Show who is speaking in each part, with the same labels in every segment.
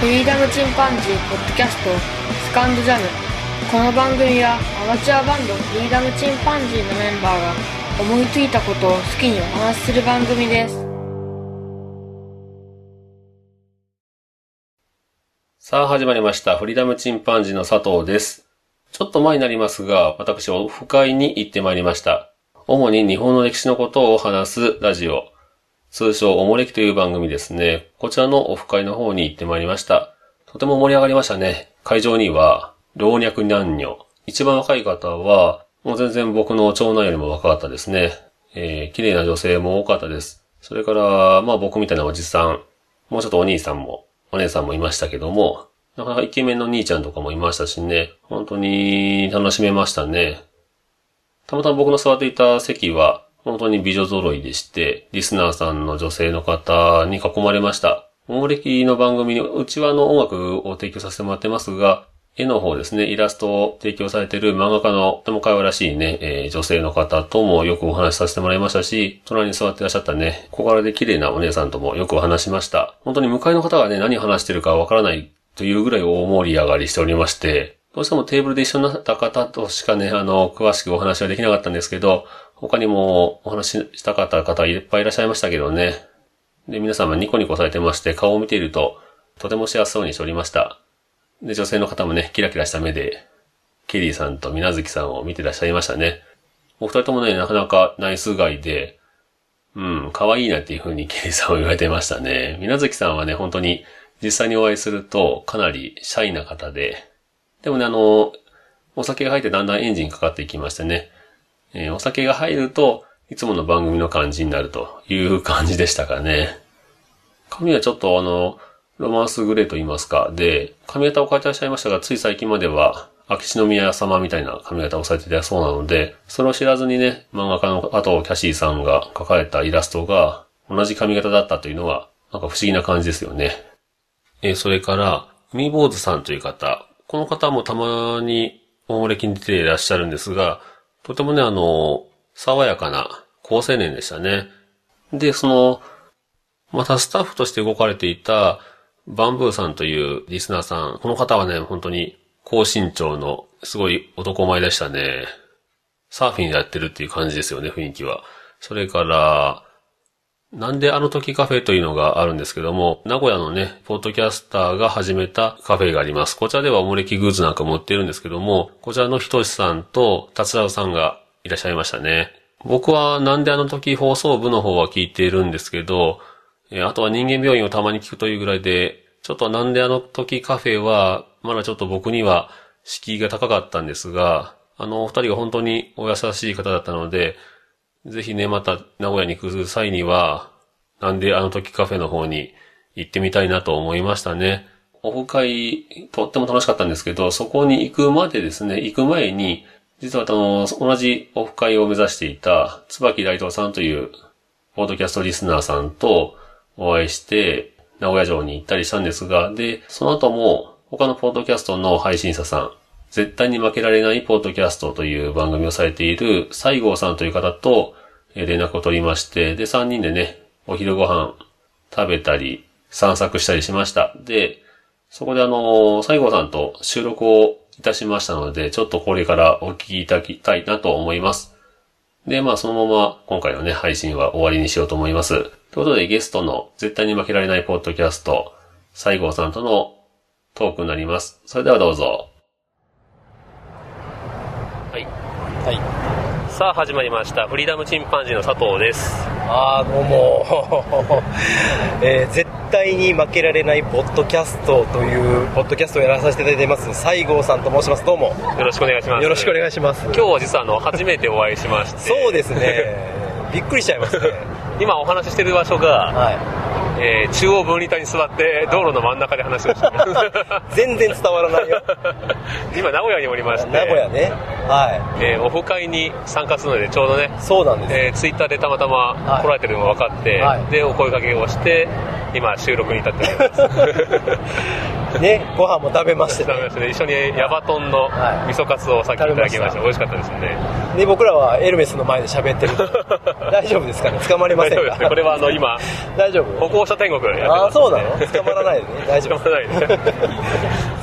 Speaker 1: フリーダムチンパンジーポッドキャストスカンドジャムこの番組はアマチュアバンドフリーダムチンパンジーのメンバーが思いついたことを好きにお話しする番組です
Speaker 2: さあ始まりました。フリーダムチンパンジーの佐藤です。ちょっと前になりますが、私、オフ会に行ってまいりました。主に日本の歴史のことを話すラジオ、通称おもれきという番組ですね。こちらのオフ会の方に行ってまいりました。とても盛り上がりましたね。会場には、老若男女。一番若い方は、もう全然僕の長男よりも若かったですね。えー、綺麗な女性も多かったです。それから、まあ僕みたいなおじさん、もうちょっとお兄さんも、お姉さんもいましたけども、なかなかイケメンの兄ちゃんとかもいましたしね、本当に楽しめましたね。たまたま僕の座っていた席は、本当に美女揃いでして、リスナーさんの女性の方に囲まれました。モーレキの番組に、うちはあの音楽を提供させてもらってますが、絵の方ですね、イラストを提供されている漫画家のとても可愛らしいね、えー女性の方ともよくお話しさせてもらいましたし、隣に座ってらっしゃったね、小柄で綺麗なお姉さんともよくお話しました。本当に向かいの方がね、何話してるかわからないというぐらい大盛り上がりしておりまして、どうしてもテーブルで一緒になった方としかね、あの、詳しくお話はできなかったんですけど、他にもお話ししたかった方いっぱいいらっしゃいましたけどね。で、皆様ニコニコされてまして、顔を見ていると、とても幸せそうにしておりました。で、女性の方もね、キラキラした目で、ケリーさんと水無月さんを見てらっしゃいましたね。お二人ともね、なかなかナイスガイで、うん、可愛いなっていう風にケリーさんは言われてましたね。水無月さんはね、本当に、実際にお会いすると、かなりシャイな方で、でもね、あの、お酒が入ってだんだんエンジンかかっていきましてね、えーお酒が入ると、いつもの番組の感じになるという感じでしたかね。髪はちょっとあの、ロマンスグレーと言いますか、で、髪型を変えてらっしゃいましたが、つい最近までは、秋篠宮様みたいな髪型をされていたそうなので、それを知らずにね、漫画家の後をキャシーさんが描かれたイラストが、同じ髪型だったというのは、なんか不思議な感じですよね。えーそれから、海坊主さんという方。この方もたまに、おもれきに出ていらっしゃるんですが、とてもね、あの、爽やかな、高青年でしたね。で、その、またスタッフとして動かれていた、バンブーさんというリスナーさん。この方はね、本当に、高身長の、すごい男前でしたね。サーフィンやってるっていう感じですよね、雰囲気は。それから、なんであの時カフェというのがあるんですけども、名古屋のね、ポッドキャスターが始めたカフェがあります。こちらではおもれきグッズなんかも売ってるんですけども、こちらのひとしさんと達郎さんがいらっしゃいましたね。僕はなんであの時放送部の方は聞いているんですけど、えーあとは人間病院をたまに聞くというぐらいで、ちょっとなんであの時カフェは、まだちょっと僕には敷居が高かったんですが、あのお二人が本当にお優しい方だったので、ぜひね、また名古屋に来る際には、なんであの時カフェの方に行ってみたいなと思いましたね。オフ会、とっても楽しかったんですけど、そこに行くまでですね、行く前に、実はあの、同じオフ会を目指していた、椿大東さんという、ポードキャストリスナーさんとお会いして、名古屋城に行ったりしたんですが、で、その後も、他のポードキャストの配信者さん、絶対に負けられないポートキャストという番組をされている西郷さんという方とえー連絡を取りまして、で、3人でね、お昼ご飯食べたり、散策したりしました。で、そこであの、西郷さんと収録をいたしましたので、ちょっとこれからお聞きいただきたいなと思います。で、まあそのまま今回のね、配信は終わりにしようと思います。ということでゲストの絶対に負けられないポッドキャスト、西郷さんとのトークになります。それではどうぞ。はい。
Speaker 3: はい。
Speaker 2: さあ始まりました。フリーダムチンパンジーの佐藤です。
Speaker 3: ああ、どうも、 えー絶対に負けられないポッドキャストという、ポッドキャストをやらさせていただいてます、西郷さんと申します。どうも。
Speaker 2: よろしくお願いします。
Speaker 3: よろしくお
Speaker 2: いし
Speaker 3: 願いします。
Speaker 2: ます。今日は実はあの、初めてお会いしまして。
Speaker 3: そうです ね。びっくりしちゃいますね。
Speaker 2: 今お話ししてる場所が、
Speaker 3: は
Speaker 2: えー中央分離帯に座って、道路の真ん中で話をして る。
Speaker 3: い。全然伝わらないよ。
Speaker 2: 今名古屋におりまし
Speaker 3: 名
Speaker 2: て、
Speaker 3: 古屋ね。は
Speaker 2: えーオフ会に参加するので、ちょうどね
Speaker 3: い。、そうなんです。
Speaker 2: えーツイッターでたまたま
Speaker 3: い
Speaker 2: 来られてるのが分かって、
Speaker 3: はい
Speaker 2: で、お声掛けをして、今収録に至っております。
Speaker 3: ね、ご飯も食べまして、
Speaker 4: ダメですね一緒にヤバトンの
Speaker 3: はい
Speaker 4: 味噌カツをさっきいただきま
Speaker 3: 食べま
Speaker 4: した
Speaker 3: した
Speaker 4: 美味しかったですよね
Speaker 3: で僕らはエルメスの前で喋ってる大丈夫ですかね捕まりません
Speaker 4: 大丈夫で
Speaker 3: か
Speaker 4: すねこれはあの今
Speaker 3: 大丈
Speaker 4: 歩
Speaker 3: 夫
Speaker 4: 行者天国やって
Speaker 3: あ
Speaker 4: ま
Speaker 3: あ
Speaker 4: す
Speaker 3: そうなの捕まらないでね大丈
Speaker 4: 捕
Speaker 3: 夫
Speaker 4: まらないですね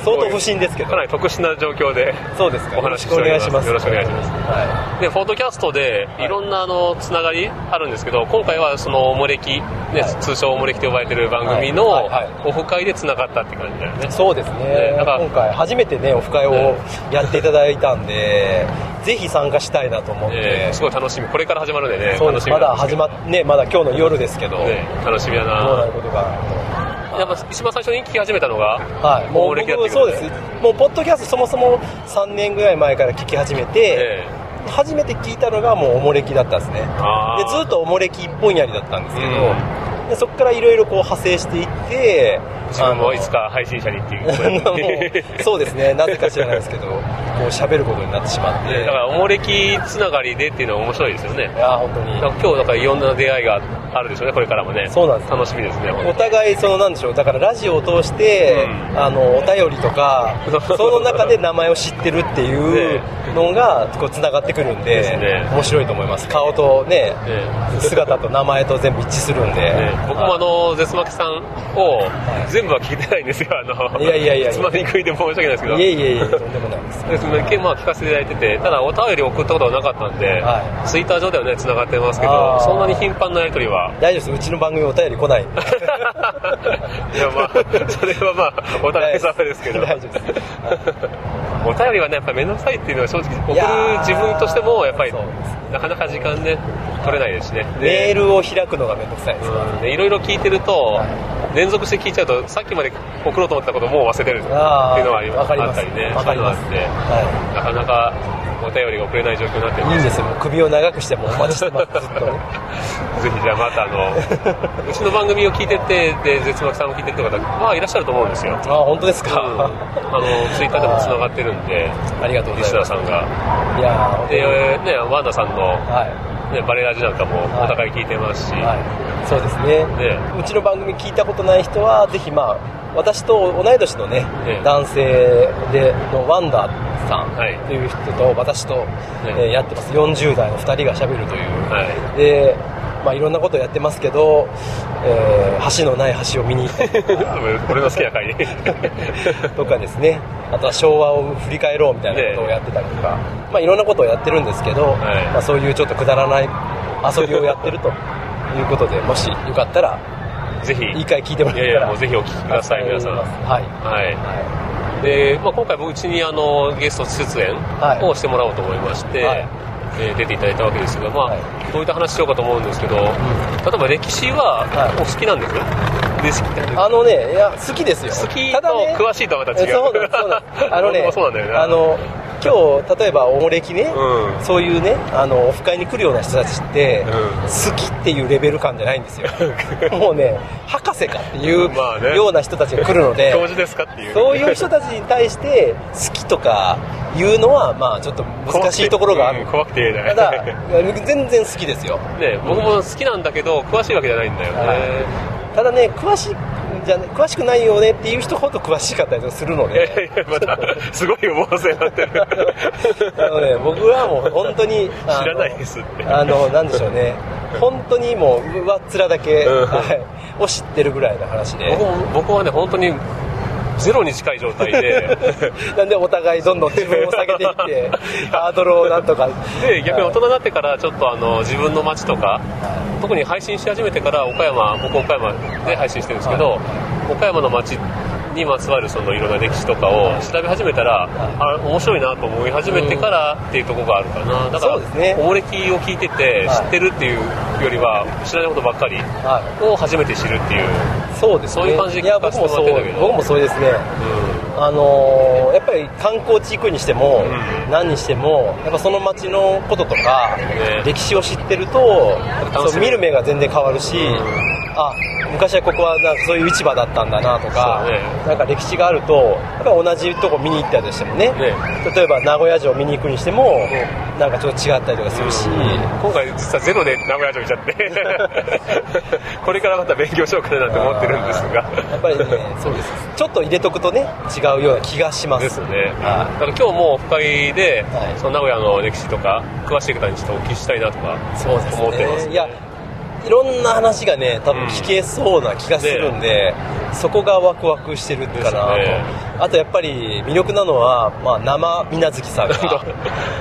Speaker 3: 相当不審ですけど
Speaker 4: かなり特殊な状況で
Speaker 3: そうですか
Speaker 4: お
Speaker 3: よろ
Speaker 4: 話し
Speaker 3: し
Speaker 4: し
Speaker 3: く
Speaker 4: て
Speaker 3: お
Speaker 4: おり
Speaker 3: 願い
Speaker 4: ます
Speaker 3: します
Speaker 4: よろしくお願いします
Speaker 3: は
Speaker 4: でフォートキャストで
Speaker 3: はい
Speaker 4: いろんなあのつながりあるんですけど今回はそのおもれき、ね
Speaker 3: い
Speaker 4: 通称おもれきと呼ばれてる番組の
Speaker 3: はいはいは
Speaker 4: オフ会でつながったって感じだよね
Speaker 3: いそうですね
Speaker 4: ねなんか
Speaker 3: 今回初めてねオフ会をやっていただいたんでぜひ参加したいなと思って、
Speaker 4: えーすごい楽しみこれから始まるんでね
Speaker 3: そうですまだ始まっねまだ今日の夜ですけど、
Speaker 4: っね楽しみや
Speaker 3: どうな
Speaker 4: な
Speaker 3: ることか
Speaker 4: やっぱ一番最初に聞き始めたのが
Speaker 3: はい、
Speaker 4: も
Speaker 3: も
Speaker 4: う
Speaker 3: う
Speaker 4: 歴代
Speaker 3: 僕
Speaker 4: 的に
Speaker 3: そうですもうポッドキャストそもそも3年ぐらい前から聞き始めて、
Speaker 4: え
Speaker 3: 初めて聞いたのがもうおもれきだったんですね
Speaker 4: あ
Speaker 3: で
Speaker 4: ー
Speaker 3: ずっとおもれき一本やりだったんですけど、
Speaker 4: う
Speaker 3: でそこからいろいろこう派生していって
Speaker 4: 自分もいつ
Speaker 3: か
Speaker 4: か配信者にっていうこ
Speaker 3: も
Speaker 4: とや って
Speaker 3: う そうですねなぜか知らないですけどこう喋ることになってしまって
Speaker 4: だからおもれきつながりでっていうのは面白いですよね
Speaker 3: いや本当に
Speaker 4: だから今日だからいろんな出会いがあるでしょうねこれからもね
Speaker 3: そうなんです
Speaker 4: 楽しみですね
Speaker 3: お互いそのなんでしょうだからラジオを通して、
Speaker 4: う
Speaker 3: あのお便りとかその中で名前を知ってるっていう
Speaker 4: ね
Speaker 3: のがこうつながってくるんで
Speaker 4: ですね
Speaker 3: 面白いと思います顔とね
Speaker 4: ね
Speaker 3: 姿と名前と全部一致するんで、
Speaker 4: ね僕もあの絶負けさんを全部は聞いてないんですよあの
Speaker 3: いやいや いやいや
Speaker 4: つまみ食いで申し訳ないですけど
Speaker 3: いえいえいえとんでもないです
Speaker 4: ですね、まあ聞かせていただいててただお便り送ったことはなかったんで、
Speaker 3: は
Speaker 4: ツイッター上ではねつながってますけど
Speaker 3: あー
Speaker 4: そんなに頻繁なやり取りは
Speaker 3: 大丈夫ですうちの番組お便り来ない
Speaker 4: いやまあ それはまあ お互い様ですけど
Speaker 3: 大丈夫です
Speaker 4: お便りはねやっぱり面倒くさいっていうのは正直送
Speaker 3: いや
Speaker 4: る
Speaker 3: ー
Speaker 4: 自分としてもやっぱり
Speaker 3: そうです
Speaker 4: なかなか時間ね取れないですしね
Speaker 3: メー
Speaker 4: で
Speaker 3: ルを開くのがめんどくさいです、
Speaker 4: うんでいろいろ聞いてると連続して聞いちゃうとさっきまで送ろうと思ったこともう忘れてるっていうの
Speaker 3: あー
Speaker 4: はあり
Speaker 3: わかり
Speaker 4: あ
Speaker 3: ま
Speaker 4: っ
Speaker 3: す
Speaker 4: たりね
Speaker 3: わかります
Speaker 4: そういうのがあ
Speaker 3: は
Speaker 4: ってなかなかお便りが送れない状況になって
Speaker 3: い、い
Speaker 4: ま
Speaker 3: いん
Speaker 4: す
Speaker 3: ですよ首を長くしてもお待ちしてますずっと
Speaker 4: ぜひじゃあまた あのうちの番組を聞いててで絶幕さんを聞いてるって方まあいらっしゃると思うんですよ、うん、
Speaker 3: あ本当ですか、
Speaker 4: あのツイッターでもつながってるんで
Speaker 3: ありがとうご
Speaker 4: リ
Speaker 3: ざ
Speaker 4: ス
Speaker 3: いま
Speaker 4: ナー
Speaker 3: す
Speaker 4: さんが
Speaker 3: いやー
Speaker 4: で、ね、ワンダさんの、
Speaker 3: は
Speaker 4: ね、バレエラジなんかもお互い聞いてますし、
Speaker 3: い、はい、そうですね
Speaker 4: ね
Speaker 3: うちの番組聞いたことない人はぜひまあ私と同い年のね、
Speaker 4: ええ
Speaker 3: 男性でのワンダーさん
Speaker 4: はい
Speaker 3: という人と私と、
Speaker 4: ええ
Speaker 3: えーやってます40代の2人がしゃべるという
Speaker 4: は
Speaker 3: で、まあ、いろんなことをやってますけど、えー橋のない橋を見に行ったりとか
Speaker 4: い俺の好きな回ね
Speaker 3: とかです ねあとは昭和を振り返ろうみたいなことをやってたりとか、まあ、いろんなことをやってるんですけど、
Speaker 4: はい
Speaker 3: まあ、そういうちょっとくだらない遊びをやってるということでもしよかったら
Speaker 4: ぜひ
Speaker 3: いい回聞いてもら
Speaker 4: い
Speaker 3: えたら
Speaker 4: やいやもうぜひお聞きください皆さん
Speaker 3: はい、
Speaker 4: はい
Speaker 3: は
Speaker 4: で、まあ、今回僕うちにあのゲスト出演
Speaker 3: はい
Speaker 4: をしてもらおうと思いまして、
Speaker 3: はい
Speaker 4: えー出ていただいたわけですが、まあ
Speaker 3: はい
Speaker 4: どういった話しようかと思うんですけど、例えば歴史は
Speaker 3: はい
Speaker 4: お好きなんです、です
Speaker 3: いあのねいや好きですよ
Speaker 4: 好き
Speaker 3: ただ
Speaker 4: と
Speaker 3: ね
Speaker 4: 詳しいとはまた違う
Speaker 3: えそうなんですそうなんですあのね
Speaker 4: 僕もそうなんだよね
Speaker 3: あの今日例えばおもれきね、
Speaker 4: うん
Speaker 3: そういうねあのオフ会に来るような人たちって、
Speaker 4: うん
Speaker 3: 好きっていうレベル感じゃないん ですよもうね博士かっていう
Speaker 4: まあね
Speaker 3: ような人たちが来るので、
Speaker 4: 教授ですかっていう
Speaker 3: そういう人たちに対して好きとか言うのはまあちょっと難しいところがある
Speaker 4: 怖くて,うん、怖くて言えない
Speaker 3: た だ全然好きですよ
Speaker 4: ね僕も好きなんだけど詳しいわけじゃないんだよね、
Speaker 3: ただね詳しいじゃね詳しくないよねっていう人ほど詳しかったりするの
Speaker 4: い やい
Speaker 3: で
Speaker 4: やまたすごい思わせに なってる
Speaker 3: あのね僕はもう本当に
Speaker 4: 知
Speaker 3: あの
Speaker 4: らないですって
Speaker 3: あのなんでしょうね本当にもう上っ面だけ、
Speaker 4: うん
Speaker 3: はい、を知ってるぐらいの話で
Speaker 4: 僕も僕はね本当にゼロに近い状態で
Speaker 3: なんでお互いどんどん自分を下げていって ハードルをなんとか
Speaker 4: で逆に大人になってからちょっとあの自分の街とか特に配信し始めてから岡山僕岡山で配信してるんですけど、岡山の街にまつわるそのいろんな歴史とかを調べ始めたら、あ面白いなと思い始めてからっていうところがあるかなだから
Speaker 3: そうですね
Speaker 4: おもれきを聞いてて
Speaker 3: はい
Speaker 4: 知ってるっていうよりは知らないことばっかり
Speaker 3: はい
Speaker 4: を初めて知るっていう、
Speaker 3: そうですね
Speaker 4: そういう感じで
Speaker 3: いや
Speaker 4: 聞か
Speaker 3: 僕
Speaker 4: せて
Speaker 3: もそ
Speaker 4: もらっ
Speaker 3: う
Speaker 4: てんだけど
Speaker 3: 僕もそうですねあのーやっぱり観光地行くにしても、
Speaker 4: うん
Speaker 3: 何にしてもやっぱその町のこととか、
Speaker 4: ね
Speaker 3: 歴史を知ってると
Speaker 4: 楽しみ
Speaker 3: そう見る目が全然変わるし、あ昔はここはなんかそういう市場だったんだなとか、
Speaker 2: そうね
Speaker 3: なんか歴史があるとやっぱり同じとこ見に行ったりしてもね
Speaker 2: ね
Speaker 3: 例えば名古屋城見に行くにしても、
Speaker 4: ね
Speaker 3: なんかちょっと違ったりとかするし、
Speaker 4: 今回実はゼロで名古屋城にちゃって これからまた勉強しようかなと思ってるんです
Speaker 3: やっ
Speaker 4: が
Speaker 3: ぱりね そうですちょっと入れとくとね違うような気がします
Speaker 4: ですねだ
Speaker 3: は
Speaker 4: から今日も深いで、
Speaker 3: はい
Speaker 4: その名古屋の歴史とか詳しい方にちょっとお聞きしたいなとか
Speaker 3: いそうですね
Speaker 4: 思ってますね
Speaker 3: いやいろんな話がね多分聞けそうな気がするんで、そこがワクワクしてるかなと、
Speaker 4: ですね
Speaker 3: あとやっぱり魅力なのは、まあ、生水無月さ んが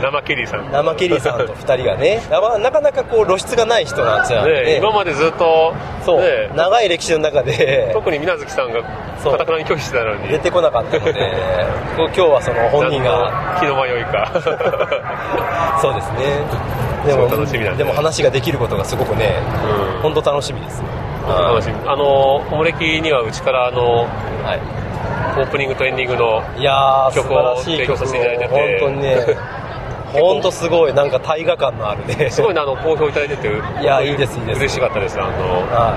Speaker 4: 生ケリーさん
Speaker 3: 生ケリーさんと2人がねやばなかなかこう露出がない人なんですよね
Speaker 4: ね今までずっと
Speaker 3: そう、
Speaker 4: ね
Speaker 3: 長い歴史の中で
Speaker 4: 特に水無月さんが
Speaker 3: そう
Speaker 4: かたくなに拒否してたのに
Speaker 3: 出てこなか ったのでこう今日はその本人が
Speaker 4: なんと気の迷い か
Speaker 3: そうですねでも
Speaker 4: そう楽しみだね
Speaker 3: でも話ができることがすごくね
Speaker 4: うん
Speaker 3: 本当楽しみです
Speaker 4: 楽しみあのおもれきにはうちからあの
Speaker 3: は
Speaker 4: オープニングとエンディングの
Speaker 3: い、いやー素
Speaker 4: 曲
Speaker 3: 晴
Speaker 4: を
Speaker 3: らしい曲を
Speaker 4: 提供させていただいて
Speaker 3: 本
Speaker 4: て
Speaker 3: 当 にね本当すごいなんか大河感のあるね
Speaker 4: すごいなあの好評いただいてて
Speaker 3: いやいいですいいです
Speaker 4: 嬉しかったですあの
Speaker 3: は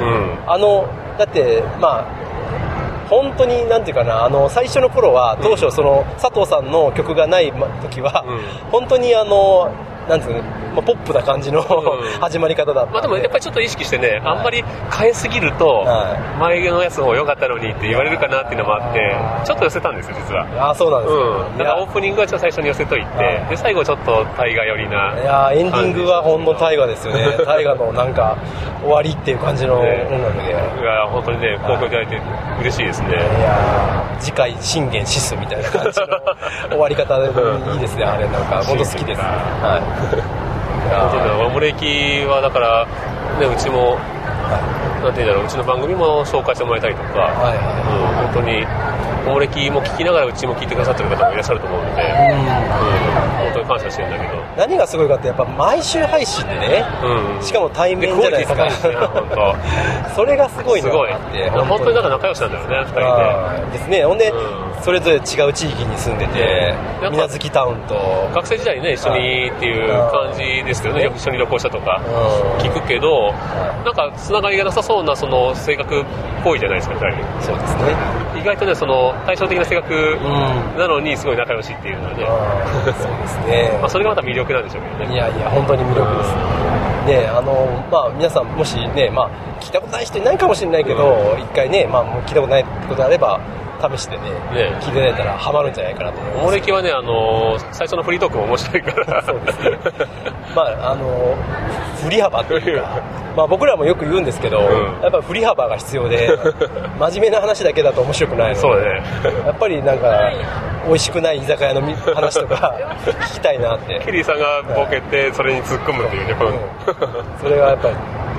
Speaker 4: うん
Speaker 3: いあのだってまあ本当になんていうかなあの最初の頃は当初その佐藤さんの曲がないま時は、
Speaker 4: う
Speaker 3: 本当にあのなんていうの、まあ、ポップな感じの、
Speaker 4: ん
Speaker 3: 始まり方だったん
Speaker 4: まあでもやっぱりちょっと意識してね、あんまり変えすぎると、
Speaker 3: は
Speaker 4: 前のやつの方良かったのにって言われるかなっていうのもあって、ちょっと寄せたんですよ、実は。
Speaker 3: ああそうなんですよ
Speaker 4: うん。だからオープニングはちょっと最初に寄せといて
Speaker 3: は、。
Speaker 4: で、最後ちょっと大河寄りない
Speaker 3: やーエンディングはほんの大河ですよね 大河のなんか終わりっていう感じの音
Speaker 4: ね
Speaker 3: 楽で、
Speaker 4: いや、本当にね、好評いただいて嬉しいです
Speaker 3: い
Speaker 4: ね。
Speaker 3: やー次回信玄死すみたいな感じの終わり方でいいですねあれなんか本当好きです、はい、いや
Speaker 4: 本当にね、
Speaker 3: ー
Speaker 4: ワモレキはだから、ね、うちも、なんていうんだろう、うちの番組も紹介してもらえたりとか、
Speaker 3: はいは
Speaker 4: うん、本当に、おもれきも聞きながらうちも聞いてくださってる方もいらっしゃると思うので、うん、本当に感謝してるんだけど、
Speaker 3: い何がすごいかってやっぱ毎週配信でね
Speaker 4: うん、
Speaker 3: しかも対面じゃないですか
Speaker 4: クオリティ高いですね本
Speaker 3: それがすごい
Speaker 4: す
Speaker 3: な
Speaker 4: ごい、
Speaker 3: って
Speaker 4: 本当になんか仲良しなんだよね、2人で。
Speaker 3: あーですねほんで、
Speaker 4: うん
Speaker 3: それぞれ違う地域に住んでて
Speaker 4: うん
Speaker 3: 水無月タウンと
Speaker 4: 学生時代にね、一緒にっていう感じですけどね、よく一緒に旅行したとか
Speaker 3: うん
Speaker 4: 聞くけど、なんかつながりがなさそうなその性格っぽいじゃないですか、2人。
Speaker 3: そうですね
Speaker 4: 意外とねその対照的な性格
Speaker 3: うん
Speaker 4: なのにすごい仲良しっていうのはね、
Speaker 3: あーそうですね
Speaker 4: まあ、それがまた魅力なんでしょうけど
Speaker 3: い
Speaker 4: ね
Speaker 3: やいや本当に魅力ですねあのまあ皆さんもしねまあ聞いたことない人いないかもしれないけど、一回ねまあもう聞いたことないことあれば試してね
Speaker 4: ね
Speaker 3: 聞いていただいたらハマるんじゃないかなと思い
Speaker 4: お
Speaker 3: ます
Speaker 4: もれきはねあのー最初のフリートークも面白いから
Speaker 3: そうですねまああの振り幅という か、まあ、僕らもよく言うんですけど、
Speaker 4: ん
Speaker 3: やっぱり振り幅が必要で 真面目な話だけだと面白くないので
Speaker 4: そうね
Speaker 3: やっぱりなんか美味しくない居酒屋のみ話とか聞きたいなって
Speaker 4: ケリーさんがボケてそれに突っ込むっていうねこの
Speaker 3: それがやっぱり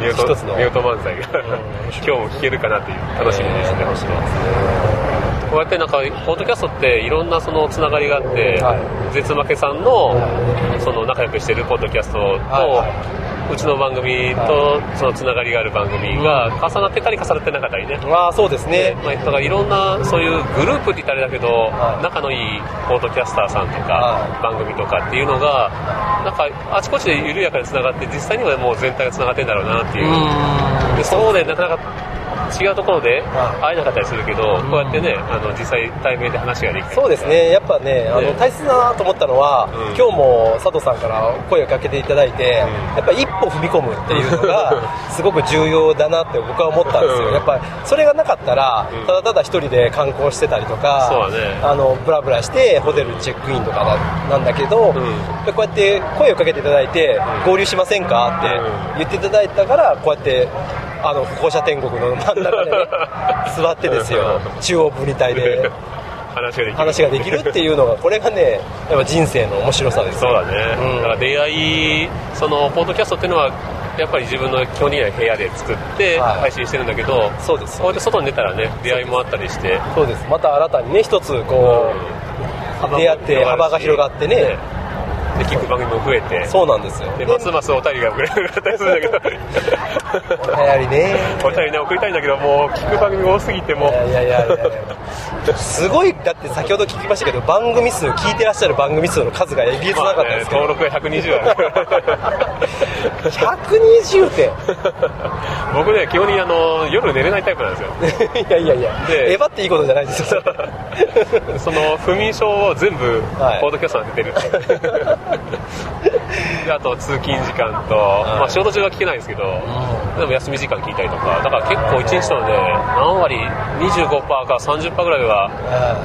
Speaker 4: ミュート
Speaker 3: 一つの
Speaker 4: ミュート漫才が
Speaker 3: うん面白い
Speaker 4: 今日も聞けるかなっていう楽しみですね、
Speaker 3: 楽しみですね
Speaker 4: こうやってなんかポッドキャストっていろんなそのつながりがあって、
Speaker 3: は
Speaker 4: 絶負けさんのその仲良くしてるポッドキャストと、うちの番組とそのつながりがある番組が重なってたり重なってなかったりね、
Speaker 3: まあそうですね
Speaker 4: まあ、だからいろんなそういうグループって言ったらあれだけど、
Speaker 3: はい
Speaker 4: 仲のいいポートキャスターさんとか、
Speaker 3: は
Speaker 4: 番組とかっていうのがなんかあちこちで緩やかにつながって実際にはもう全体がつながってんだろうなっていう、でそうでなかなか違うところで
Speaker 3: はい
Speaker 4: 会えなかったりするけど、
Speaker 3: ん
Speaker 4: こうやってねあの実際対面で話ができたり
Speaker 3: そうですねやっぱねあの
Speaker 4: ね
Speaker 3: 大切だなと思ったのは、
Speaker 4: うん
Speaker 3: 今日も佐藤さんから声をかけていただいて、やっぱ一歩踏み込むっていうの がすごく重要だなって僕は思ったんですよ、
Speaker 4: うん
Speaker 3: やっぱりそれがなかったら、
Speaker 4: うん
Speaker 3: ただただ一人で観光してたりとか
Speaker 4: そうだね
Speaker 3: あのブラブラしてホテルチェックインとかななんだけど、
Speaker 4: ん
Speaker 3: でこうやって声をかけていただいて、合流しませんかって言っていただいたからこうやってあの歩行者天国の真ん中でね 座ってですよ中央分離帯で。
Speaker 4: 話ができる
Speaker 3: 話ができるっていうのがこれがねやっぱ人生の面白さです
Speaker 4: そうだね、
Speaker 3: うん
Speaker 4: だから出会いそのポッドキャストっていうのはやっぱり自分の基本的には部屋で作って
Speaker 3: はい
Speaker 4: 配信してるんだけど、
Speaker 3: そうです
Speaker 4: こうやって外に出たらね出会いもあったりして
Speaker 3: そうですまた新たにね一つこう出会って幅が広がってね
Speaker 4: で聞く番組も増えて
Speaker 3: そうなんですよ
Speaker 4: で
Speaker 3: で
Speaker 4: ますますお便りが送れなかったりするんだけ ど
Speaker 3: おやりね
Speaker 4: お便りね送りたいんだけどもう聞く番組が多すぎて
Speaker 3: い
Speaker 4: もう
Speaker 3: やいやいやいやいやすごいだって先ほど聞きましたけど番組 数聞いてらっしゃる番組数の数がえげつなかったですけど、
Speaker 4: まあね登録が120ある
Speaker 3: 120点
Speaker 4: 僕ね基本にあの夜寝れ ないタイプなんですよ
Speaker 3: いやいやいや
Speaker 4: で
Speaker 3: えばっていいことじゃないですよそれ
Speaker 4: その不眠症を全部
Speaker 3: はい
Speaker 4: ポッドキャストに 当ててる、であと通勤時間と、
Speaker 3: い
Speaker 4: まあ、仕事中は聞けないんですけど、でも休み時間聞いたりとかだから結構1日のね何割25%か30%ぐらいは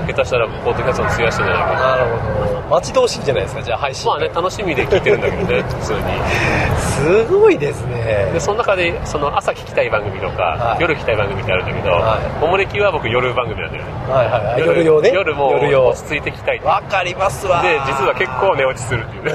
Speaker 3: あ
Speaker 4: 下手したらポッドキャストに費やしてんじゃないか
Speaker 3: あ
Speaker 4: な
Speaker 3: なるほど待ち遠しいじゃないですかじゃあ配信
Speaker 4: まあね楽しみで聞いてるんだけどね 普通に
Speaker 3: すごいです
Speaker 4: で
Speaker 3: ね
Speaker 4: その中でその朝聞きたい番組とか、
Speaker 3: はい
Speaker 4: 夜聞きたい番組ってあるんだけど、
Speaker 3: は
Speaker 4: おもれきは僕夜番組なんだよね
Speaker 3: はいはいはい夜用ね
Speaker 4: 夜も
Speaker 3: 夜用
Speaker 4: 落ち着いて聞きたいっていう
Speaker 3: わかりますわ
Speaker 4: で実は結構寝落ちするっていうね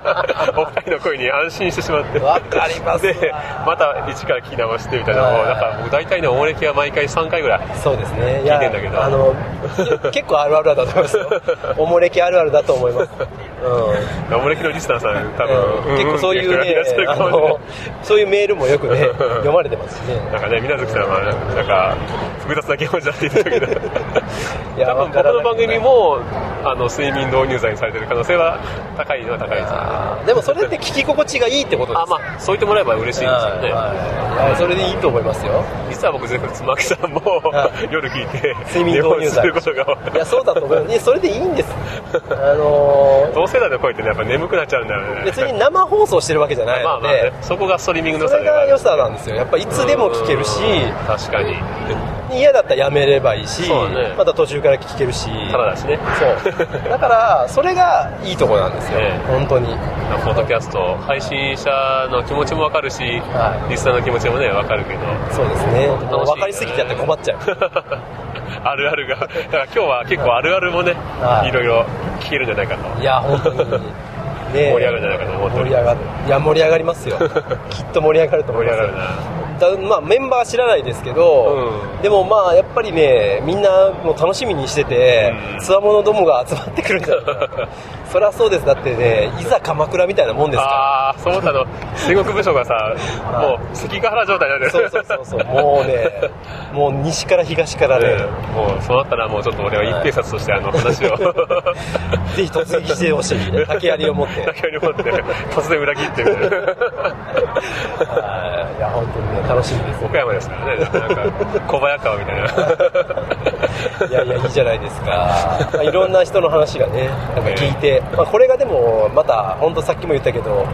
Speaker 4: お二人の声に安心してしまって
Speaker 3: わかりますわ
Speaker 4: でまた一から聞き直してみたいなのを
Speaker 3: はい
Speaker 4: なんか僕大体ねおもれきは毎回3回ぐらい
Speaker 3: そうですねい
Speaker 4: 聞いてんだけど
Speaker 3: あの 結構あるあるだと思います よおもれきあるあるだと思います、う
Speaker 4: おもれきのリスナーさん多
Speaker 3: ん
Speaker 4: 分、
Speaker 3: 結構そういうん
Speaker 4: んってや
Speaker 3: ね
Speaker 4: ってる
Speaker 3: あ
Speaker 4: かもしれない
Speaker 3: のそういうメールもよくね読まれてますしね
Speaker 4: なんかね、水月さんはなんか複雑な気持ちだって言ってたけど
Speaker 3: いや
Speaker 4: 多分
Speaker 3: わからなくも
Speaker 4: 僕の番
Speaker 3: ない
Speaker 4: 組もあの睡眠導入剤にされてる可能性は高いのは高いです
Speaker 3: あーでもそれって聞き心地がいいってことです
Speaker 4: あまあそう言ってもらえば嬉しいですよね、
Speaker 3: はいはいそれでいいと思いますよ
Speaker 4: 実は僕全部妻木さんも、
Speaker 3: はい
Speaker 4: 夜聞いて
Speaker 3: 睡眠導入剤
Speaker 4: 寝落ちすることが
Speaker 3: いやそうだと思いますいやそれでいいんですあの
Speaker 4: 同世代の声ってねやっぱ眠くなっちゃうんだよ
Speaker 3: ー
Speaker 4: ね
Speaker 3: 別に生放送してるわけじゃない
Speaker 4: まあ
Speaker 3: の
Speaker 4: まあね
Speaker 3: で
Speaker 4: そこがストリーミングの
Speaker 3: そ
Speaker 4: 良さ
Speaker 3: れ
Speaker 4: では
Speaker 3: が
Speaker 4: ある
Speaker 3: 良さなんですよやっぱいつでも聞けるし
Speaker 4: 確かに
Speaker 3: 嫌だったらやめればいいし、
Speaker 4: そうだね
Speaker 3: また途中から聞けるし、
Speaker 4: ただだしね
Speaker 3: そうだからそれがいいとこなんですよ、
Speaker 4: ええ
Speaker 3: 本当に
Speaker 4: ポッドキャスト配信者の気持ちも分かるし、
Speaker 3: はい
Speaker 4: リスナーの気持ちもね分かるけど
Speaker 3: そうですねもう
Speaker 4: 楽しいね
Speaker 3: 分かりすぎてやって困っちゃう
Speaker 4: あるあるがだ から今日は結構あるあるもね、
Speaker 3: はい
Speaker 4: い、ろいろ聞けるんじゃないかと
Speaker 3: いや本当にねえ
Speaker 4: 盛り上がるんじゃないかと思ってお
Speaker 3: 盛
Speaker 4: り
Speaker 3: り上がるいや盛り上がります よきっと盛り上がると思
Speaker 4: 盛
Speaker 3: い
Speaker 4: り
Speaker 3: ま
Speaker 4: 上
Speaker 3: す
Speaker 4: がる
Speaker 3: よ
Speaker 4: な
Speaker 3: だまあ、メンバーは知らないですけど、
Speaker 4: うん
Speaker 3: でもまあやっぱりねみんなもう楽しみにしてて
Speaker 4: うん
Speaker 3: つわものどもが集まってくるんじゃないか なそりゃそうですだってねいざ鎌倉みたいなもんですから
Speaker 4: ああそう思ったの戦国武将 がさもう関ヶ原状態になる
Speaker 3: そうそうそうそうもうねもう西から東からね、
Speaker 4: うんもうそうなったらもうちょっと俺は一平札としてあの話 を
Speaker 3: ぜひ突撃してほしい、ね、竹槍を持って
Speaker 4: 竹槍を持って突然裏切ってみたい な
Speaker 3: はいいや本当にね楽しみです
Speaker 4: 岡山ですからねなんか小早川みたいない
Speaker 3: やいやいいじゃないですか、まあ、いろんな人の話がねなんか聞いて、まあ、これがでもまた本当さっきも言ったけど、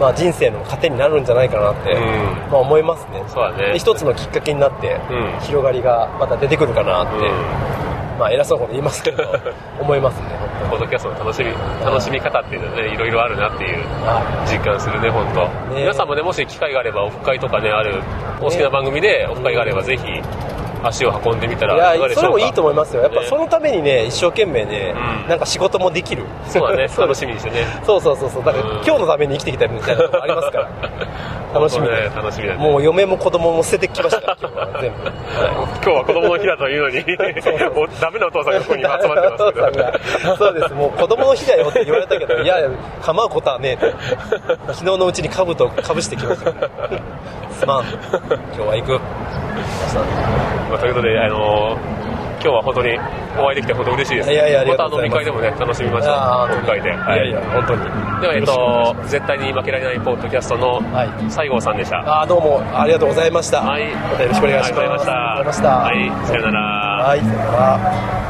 Speaker 3: まあ、人生の糧になるんじゃないかなって、
Speaker 4: うん
Speaker 3: まあ、思いますね
Speaker 4: そうだね
Speaker 3: で一つのきっかけになって、
Speaker 4: うん
Speaker 3: 広がりがまた出てくるかなって、
Speaker 4: う
Speaker 3: まあ、偉そうなこと言いますけ ど思いますね本
Speaker 4: んポッドキャストの楽しみ楽しみ方っていうのはねいろいろあるなっていう
Speaker 3: 当にはい
Speaker 4: 実感するね本当、
Speaker 3: ね
Speaker 4: 皆さんもねもし機会があればオフ会とかねあるお好きな番組でオフ会があればぜひ足を運んでみたら
Speaker 3: い
Speaker 4: かがで
Speaker 3: や
Speaker 4: し
Speaker 3: それ
Speaker 4: ょう
Speaker 3: も
Speaker 4: か
Speaker 3: いいと思いますよやっぱ
Speaker 4: ね
Speaker 3: そのためにね一生懸命ね、
Speaker 4: うん
Speaker 3: なんか仕事もできる
Speaker 4: そう だね楽しみにしてね
Speaker 3: そうそうそうそうだから
Speaker 4: うん
Speaker 3: 今日のために生きてきたみたいなのもありますから 楽しみ
Speaker 4: 本
Speaker 3: で
Speaker 4: 当ね
Speaker 3: す
Speaker 4: 楽しみだね
Speaker 3: もう嫁も子供も捨ててきましたから今日 は全部は
Speaker 4: 今日は子供の日だというのに おダメなお父さんがここに集まってますけど
Speaker 3: いそうですもう子供の日だよって言われたけどいや構うことはねえと 昨日のうちにかぶとかぶしてきましたからすまん今日は行く
Speaker 4: まあ、ということで、あのー今日は本当にお会いできて本当嬉しいです。
Speaker 3: いやいやありがとうござい
Speaker 4: ま
Speaker 3: ま
Speaker 4: たあの、未会
Speaker 3: す
Speaker 4: でもね、楽しみまし
Speaker 3: あ
Speaker 4: た。
Speaker 3: ー
Speaker 4: 今回で。はい
Speaker 3: やいや本当に
Speaker 4: では、え
Speaker 3: よ
Speaker 4: っ
Speaker 3: ろしくお願いし
Speaker 4: と、絶対に負けられないポッドキャストの
Speaker 3: はい
Speaker 4: 西郷さんでした。
Speaker 3: あーどうもありがとうございました
Speaker 4: はい。
Speaker 3: またよろしくお願いします
Speaker 4: ありがとうございました。
Speaker 3: ありがとうございました
Speaker 4: はい、さよなら。
Speaker 3: はいさよなら